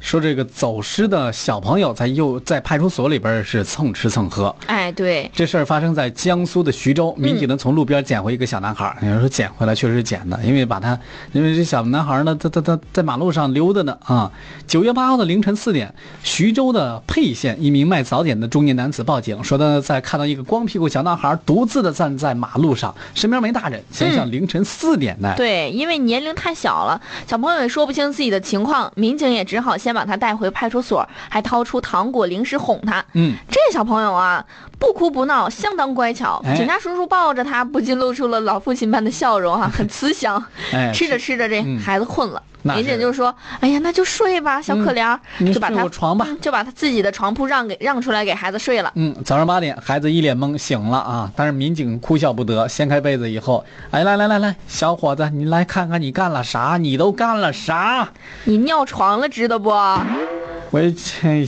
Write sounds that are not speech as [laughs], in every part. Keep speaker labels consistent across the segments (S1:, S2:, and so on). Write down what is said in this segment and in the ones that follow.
S1: 说这个走失的小朋友在幼在派出所里边是蹭吃蹭喝。
S2: 哎，对，
S1: 这事儿发生在江苏的徐州，民警呢从路边捡回一个小男孩儿。有人说捡回来确实是捡的，因为把他，因为这小男孩儿呢，他他他在马路上溜达呢啊。九月八号的凌晨四点，徐州的沛县一名卖早点的中年男子报警，说他在看到一个光屁股小男孩儿独自的站在马路上，身边没大人。想想凌晨四点呢，
S2: 对，因为年龄太小了，小朋友也说不清自己的情况，民警也只好先把他带回派出所，还掏出糖果零食哄他。
S1: 嗯，
S2: 这小朋友啊，不哭不闹，相当乖巧。
S1: 哎
S2: 警察叔叔抱着他，不禁露出了老父亲般的笑容啊，很慈祥。
S1: 哎，
S2: 吃着吃着，这
S1: 嗯
S2: 孩子困了，
S1: 那
S2: 民警
S1: 是
S2: 就说：“哎呀，那就睡吧，小可怜儿。
S1: 你
S2: 就把
S1: 睡
S2: 他
S1: 我床吧。
S2: 嗯就把他自己的床铺让给让出来给孩子睡了。
S1: 嗯，早上八点，孩子一脸懵，醒了啊！但是民警哭笑不得，掀开被子以后，哎，来来来来，小伙子，你来看看你干了啥？你都干了啥？
S2: 你尿床了，知道不？
S1: 我这这，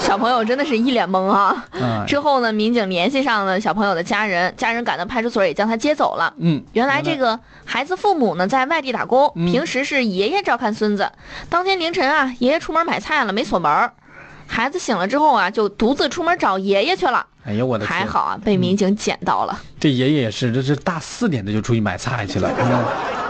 S2: 小朋友真的是一脸懵啊。
S1: 啊，
S2: 之后呢，民警联系上了小朋友的家人，家人赶到派出所也将他接走了。
S1: 嗯，
S2: 原来这个孩子父母呢在外地打工，
S1: 嗯
S2: 平时是爷爷照看孙子。当天凌晨啊，爷爷出门买菜了，没锁门儿。孩子醒了之后啊，就独自出门找爷爷去了。
S1: 哎呀，我的天，
S2: 还好啊，被民警捡到了。
S1: 这爷爷也是，这是大四点的就出去买菜去了，嗯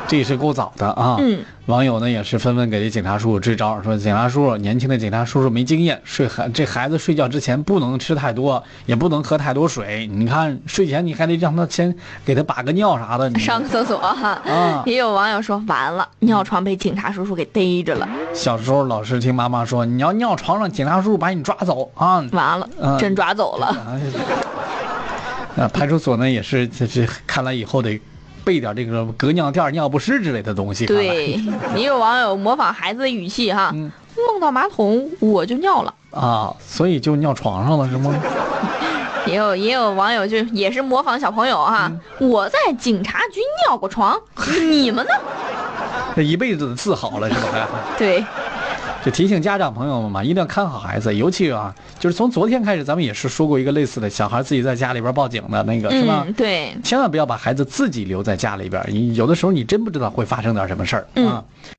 S1: 这也是够早的啊。
S2: 嗯，
S1: 网友呢也是纷纷给这警察叔叔支招，说警察叔叔年轻的警察叔叔没经验，睡孩这孩子睡觉之前不能吃太多，也不能喝太多水。你看睡前你还得让他先给他把个尿啥的。你
S2: 上个厕所哈。
S1: 嗯 [laughs] 啊，嗯
S2: 也有网友说，完了，尿床被警察叔叔给逮着了，
S1: 小时候老是听妈妈说，你要尿床上，警察叔叔把你抓走啊。
S2: 完了
S1: 嗯，
S2: 真抓走了。
S1: 啊，呃派出所呢也是，这这看来以后得备点这个隔尿垫、尿不湿之类的东西。看来
S2: 对， [laughs] 也有网友模仿孩子的语气哈，
S1: 嗯
S2: 梦到马桶我就尿了。
S1: 啊，所以就尿床上了是吗？
S2: 也有也有网友就也是模仿小朋友哈，
S1: 嗯
S2: 我在警察局尿过床，你
S1: [laughs]
S2: 们呢？
S1: 这一辈子的自豪了是吧？ [laughs]
S2: 对，
S1: 就提醒家长朋友们嘛，一定要看好孩子，尤其啊，就是从昨天开始，咱们也是说过一个类似的，小孩自己在家里边报警的那个是吧？
S2: 嗯，对，
S1: 千万不要把孩子自己留在家里边，你有的时候你真不知道会发生点什么事儿啊。
S2: 嗯